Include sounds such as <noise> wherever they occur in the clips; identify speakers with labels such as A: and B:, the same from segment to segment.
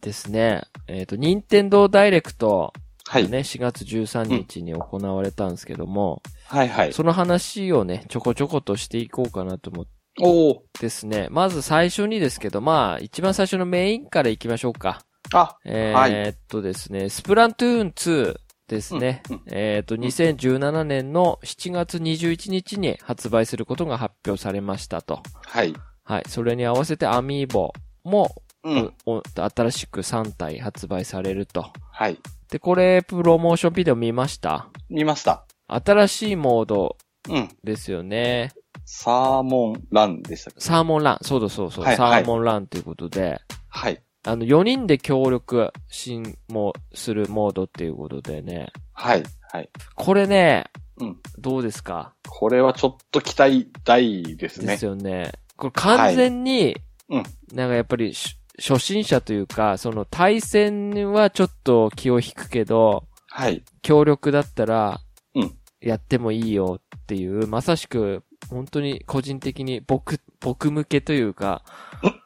A: ですね、えっ、と、任天堂ダイレクト、
B: はい。
A: ね、4月13日に行われたんですけども、
B: はいはい。
A: その話をね、ちょこちょことしていこうかなと思って
B: おお。
A: ですね、まず最初にですけど、まあ、一番最初のメインから行きましょうか。
B: あ、
A: え
B: はい
A: ーっとですね、スプラントゥーン2ですね。
B: うんうん
A: えーっと、2017年の7月21日に発売することが発表されましたと。
B: はい。
A: はい。それに合わせてアミーボも、
B: うん。
A: おお新しく3体発売されると。
B: はい。
A: で、これ、プロモーションビデオ見ました
B: 見ました。
A: 新しいモード
B: うん。
A: ですよね。
B: サーモンランでしたっけ
A: サーモンラン。そうだそうそう。
B: はい
A: サ
B: はい
A: ーモンランということで。
B: はい。
A: あの、4人で協力しんもするモードっていうことでね。
B: はい。はい。
A: これね、
B: うん。
A: どうですか
B: これはちょっと期待大です
A: で
B: ね
A: す。よね。これ完全に、
B: うん
A: なんかやっぱりし初心者というか、その対戦はちょっと気を引くけど、
B: はい。
A: 協力だったら
B: うん、
A: やってもいいよっていう、まさしく、本当に個人的に僕、僕向けというか、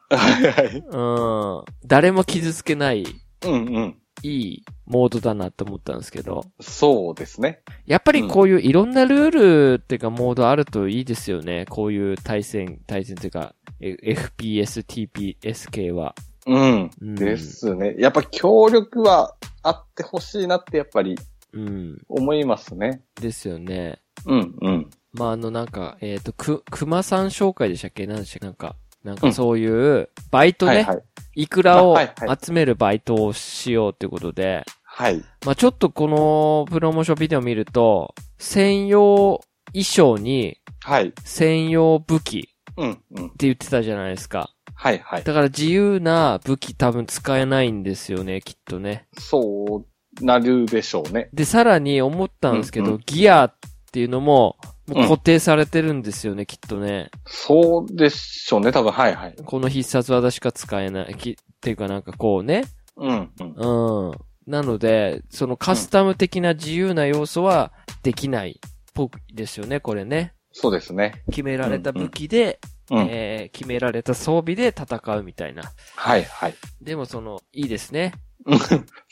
B: はいはい。
A: うん、誰も傷つけない、
B: <laughs> うんうん。
A: いいモードだなと思ったんですけど、
B: そうですね。
A: やっぱりこういういろんなルールっていうかモードあるといいですよね。こういう対戦、対戦っていうか、え FPS、TPS 系は。
B: うん。
A: うん
B: ですね。やっぱ協力はあってほしいなってやっぱり
A: うん。
B: 思いますね。
A: ですよね。
B: うんうん。
A: まあ、あのなんか、えっ、と、く、熊さん紹介でしたっけ何でしたっけなんか、なんかそういう、バイトね、
B: はいいはい。
A: くら
B: あ
A: を
B: はいは
A: 集めるバイトをしようということで、
B: はい。
A: まあちょっとこのプロモーションビデオ見ると、専用衣装に
B: はい。
A: 専用武器っ
B: うんうん。
A: て言ってたじゃないですか。
B: はいはい。
A: だから自由な武器多分使えないんですよね、きっとね。
B: そうなるでしょうね。
A: で、さらに思ったんですけど、
B: うんうん
A: ギアっていうのも、もううん固定されてるんですよね、きっとね。
B: そうでしょうね、多分。はいはい。
A: この必殺技しか使えない、きっていうかなんかこうね。
B: うんうん。
A: うん。なので、そのカスタム的な自由な要素はできないっぽいですよね、これね。
B: そうですね。
A: 決められた武器で、
B: うん。
A: えー決められた装備で戦うみたいな。
B: はいはい。
A: でもその、いいですね。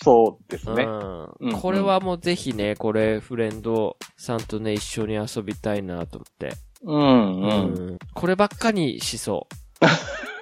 B: そうですね。
A: う
B: うん
A: ん
B: うん
A: これはもうぜひね、これフレンドさんとね、一緒に遊びたいなと思って。
B: うんうん。
A: うんこればっかにし
B: <laughs>
A: そう。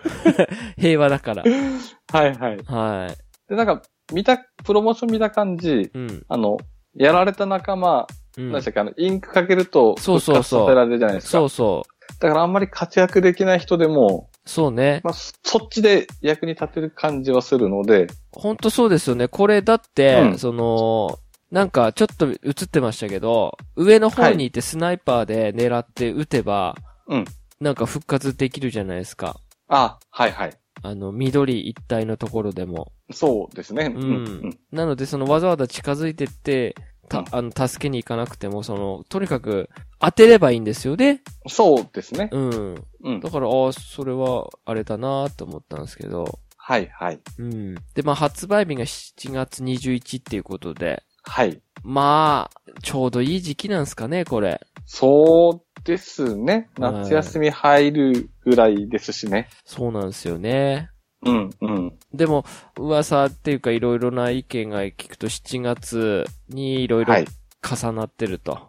A: <laughs> 平和だから。
B: はいはい。
A: は
B: で、なんか、見た、プロモーション見た感じ、
A: い。うん。
B: あの、やられた仲間、
A: うん
B: 何でしたっけ、あの、インクかけると、
A: そうそうそう
B: 復活させられるじゃないですか。
A: そうそう。
B: だからあんまり活躍できない人でも、
A: そうね。
B: まあ、そそっちで役に立てる感じはするので、
A: ほんとそうですよね。これだって、
B: うん
A: その、なんかちょっと映ってましたけど、上の方にいてスナイパーで狙って撃てば、
B: うん
A: なんか復活できるじゃないですか。
B: あ、はいはい。
A: あの、緑一体のところでも。
B: そうですね。うん
A: うん
B: うん。
A: なので、そのわざわざ近づいてって、
B: う
A: た
B: ん、
A: あの、助けに行かなくても、その、とにかく、当てればいいんですよね。
B: そうですね。
A: うん。
B: うん。
A: だから、ああ、それは、あれだなと思ったんですけど。
B: はいはい。
A: うん。で、まあ、発売日が7月21っていうことで、
B: はい。
A: まあ、ちょうどいい時期なんですかね、これ。
B: そうですね。
A: はい
B: 夏休み入るぐらいですしね。
A: そうなんですよね。
B: うん、うん。
A: でも、噂っていうか、いろいろな意見が聞くと、7月にいろいろ
B: はい。
A: 重なってると。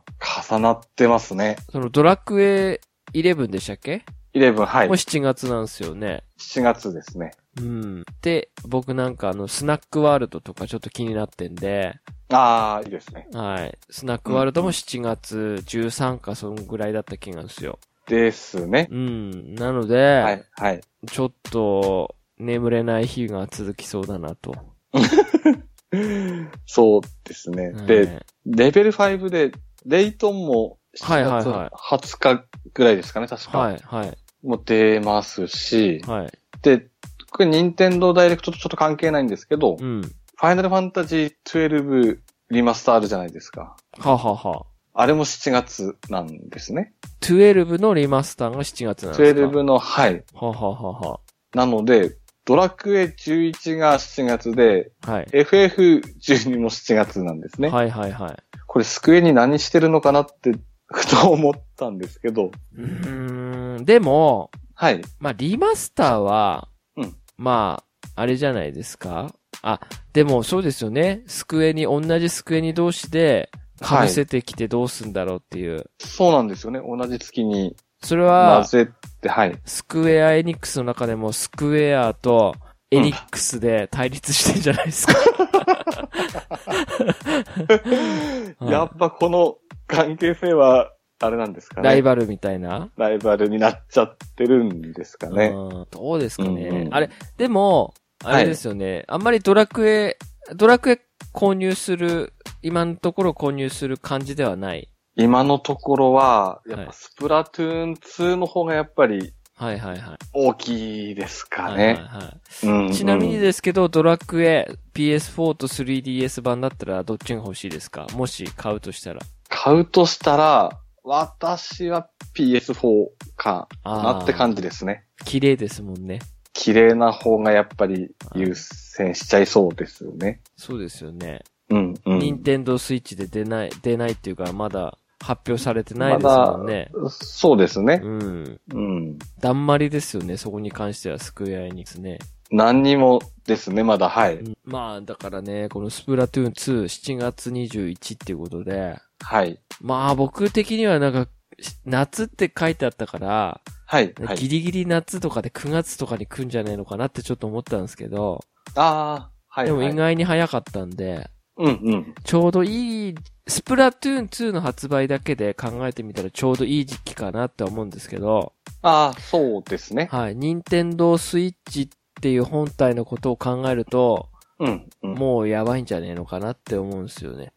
B: 重なってますね。
A: その、ドラクエ11でしたっけ
B: 11、はい
A: もう。7月なんですよね。
B: 7月ですね。
A: うん。で、僕なんかあの、スナックワールドとかちょっと気になってんで、
B: あー、いいですね。
A: はい。スナックワールドも7月13かそんぐらいだった気がするんですよ。
B: ですね。
A: うん。なので、
B: はい、はい。
A: ちょっと、眠れない日が続きそうだなと。
B: そうですね。で、
A: はい
B: レベル5で、レイトンも
A: はい
B: 7
A: はい
B: 月
A: はい
B: 20日ぐらいですかね、確か。
A: はい、はい、
B: もう出ますし、
A: はい。
B: で、これ、任天堂ダイレクトとちょっと関係ないんですけど、
A: うん。
B: ファイナルファンタジー12リマスターあるじゃないですか。
A: はあ、はあはあ、
B: あれも7月なんですね。
A: 12のリマスターが7月なんですか
B: 12の、はい。
A: はあ、はあはあは
B: なので、ドラクエ11が7月で、
A: あ、はい。
B: FF12 も7月なんですね。
A: はいはいはい。
B: これ、スクエニ何してるのかなって、ふと思ったんですけど、
A: うーん。でも、
B: はい。
A: まあ、リマスターは、
B: うん
A: まあ、あれじゃないですかでもそうですよね。机に、同じ机に同士で、
B: は
A: 被
B: い。
A: せてきてどうすんだろうっていう。
B: そうなんですよね。同じ月に
A: それ
B: 混
A: は、
B: ぜて、はい。
A: スクエアエニックスの中でも、スクエアとエニックスで対立してんじゃないですか。うん
B: やっぱこの関係性は、あれなんですかね。
A: ライバルみたいな。
B: ライバルになっちゃってるんですかね。
A: うんどうですかね。
B: うんうん
A: あれ、でも、あれですよね。あんまりドラクエ、ドラクエ購入する、今のところ購入する感じではない。
B: 今のところは、やっ
A: はい
B: ぱスプラトゥーン2の方がやっぱり
A: はいはいはい。
B: 大きいですか
A: はいはい
B: ね。
A: はい
B: うんうん
A: ちなみにですけど、ドラクエ PS4 と 3DS 版だったらどっちが欲しいですかもし買うとしたら。
B: 買うとしたら、私は PS4 か
A: あ
B: なって
A: ー
B: 感じですね。
A: 綺麗ですもんね。
B: 綺麗な方がやっぱり優先しちゃいそうですよね。
A: そうですよね。
B: うんう
A: 任
B: ん。
A: 天堂スイッチで出ない、出ないっていうか、まだ発表されてないですもんね。
B: そうですね。
A: うん。
B: うん。
A: だんまりですよね、そこに関しては、スクエアエニックスね。
B: 何にもですね、まだ、はい。
A: うんまあ、だからね、このスプラトゥーン2、7月21っていうことで、
B: はい。
A: まあ僕的にはなんか、し夏って書いてあったから、
B: はい。はい。
A: ギリギリ夏とかで9月とかに来るんじゃねえのかなってちょっと思ったんですけど、
B: ああ、はい。
A: でも
B: はい
A: 意外に早かったんで、
B: うんうん。
A: ちょうどいい、スプラトゥーン2の発売だけで考えてみたらちょうどいい時期かなって思うんですけど、
B: ああ、そうですね。
A: はい、任天堂スイッチっていう本体のことを考えると、
B: うん。うん
A: もうやばいんじゃねえのかなって思うんですよね。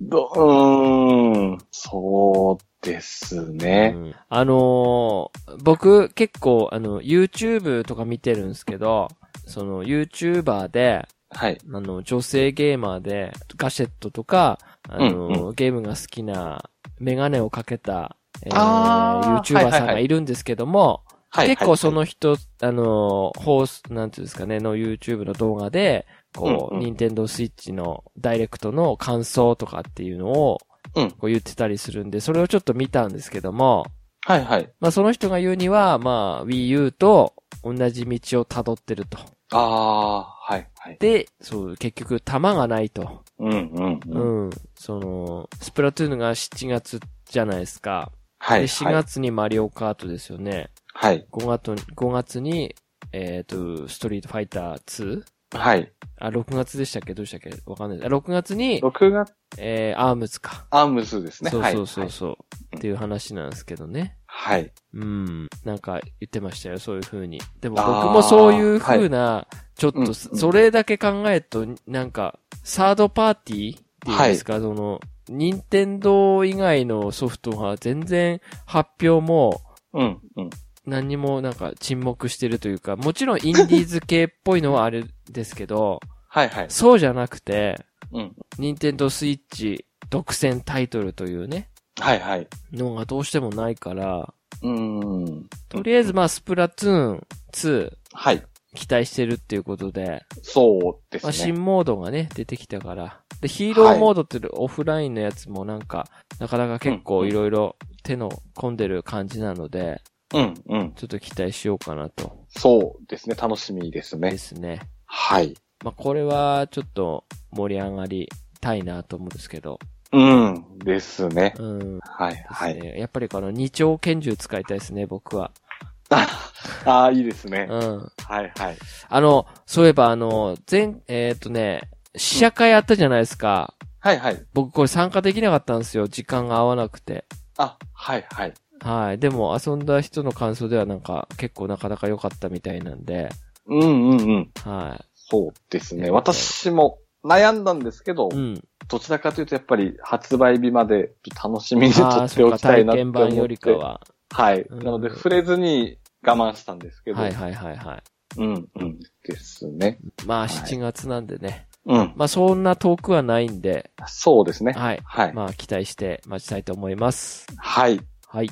B: ど、うーん、そうですね
A: う。んあのー僕結構あの YouTube とか見てるんですけど、その YouTuber で、
B: はい。
A: あの女性ゲーマーでガシェットとか、あのー
B: うん
A: ゲームが好きなメガネをかけた、えー
B: あー
A: YouTuber
B: はい
A: さん
B: はい
A: が
B: はい
A: いるんですけども、
B: はい。
A: 結構そ
B: は
A: の人、あのー、放送なんていうんですかね、の YouTube の動画で、こう、
B: うんうん
A: 任天堂スイッチのダイレクトの感想とかっていうのを、
B: うん
A: こう言ってたりするんで、それをちょっと見たんですけども、
B: い、はい、はい。
A: まあその人が言うには、まあ Wii U と同じ道を辿ってると。
B: ああ、はい、はい。
A: で、そう、結局弾がないと。
B: うん、う、
A: うん
B: うん。
A: ん。その、スプラトゥーンが7月じゃないですか。
B: は
A: で、
B: い、
A: 4月にマリオカートですよね。
B: はい。
A: 5月に、5月に、えっ、と、ストリートファイター 2?
B: はい。
A: あ、6月でしたっけどうしたっけわかんないです。あ6月に、
B: 6月、
A: えー、アームズか。
B: アームズですね。
A: そう
B: はい
A: そうそう
B: はい
A: そう、っていう話なんですけどね。
B: はい。
A: うん。なんか言ってましたよ、そういう風に。でも
B: あー
A: 僕もそういう風な、ちょっ
B: うんう
A: と、
B: ん
A: それだけ考えると、なんか、サードパーティーっていうんですか、その、任天堂以外のソフトが全然発表も
B: うん、うん。
A: 何にもなんか沈黙してるというか、もちろんインディーズ系っぽいのはあれですけど、
B: はい、はい。
A: そうじゃなくて、
B: うん。
A: 任天堂スイッチ独占タイトルというね、
B: はい、はい。
A: のがどうしてもないから、
B: うーん。
A: とりあえずまあスプラトゥーン2
B: はい。
A: 期待してるっていうことで、
B: そうで
A: まあ
B: すね。
A: 新モードがね、出てきたから。で、ヒーローモードっていうオフラインのやつもなんか、なかなか結構いろいろ手の込んでる感じなので、
B: うん、うん。
A: ちょっと期待しようかなと。
B: そうですね。楽しみです
A: で
B: ね。
A: すね。
B: はい。
A: まあこれはちょっと盛り上がりたいなと思うんですけど。
B: うん、ですね。
A: うん。で
B: はい、は
A: す
B: い。
A: ね。やっぱりこの二丁拳銃使いたいですね、僕は。
B: <laughs> ああ、いいですね。
A: うん。
B: はい、はい。
A: あの、そういえばあの、前、えっ、とね、試写会あったじゃないですか。
B: はい、はい。
A: 僕これ参加できなかったんですよ。時間が合わなくて。
B: あ、はい、はい。
A: はい。でも遊んだ人の感想ではなんか結構なかなか良かったみたいなんで。
B: うん、うん、うん。
A: は
B: そうです
A: え
B: ね。
A: ー
B: 私も悩んだんですけど、
A: い。うん。
B: どちらかというとやっぱり発売日まで楽しみに撮
A: ああ、
B: って
A: そう
B: お
A: か、
B: きた
A: 体
B: いなって
A: 験
B: 思って。
A: 版よりかは。
B: はい。
A: うん
B: なので、触れずに我慢したんですけど。
A: はいはいはいは
B: うん、うん。ですね。
A: い。まあ
B: い
A: 7月なんでね。
B: うん。
A: まあそんな遠くはないんで、
B: そうですね。
A: はい。
B: はい。
A: まあ期待して待ちたいと思います。
B: はい。
A: はい。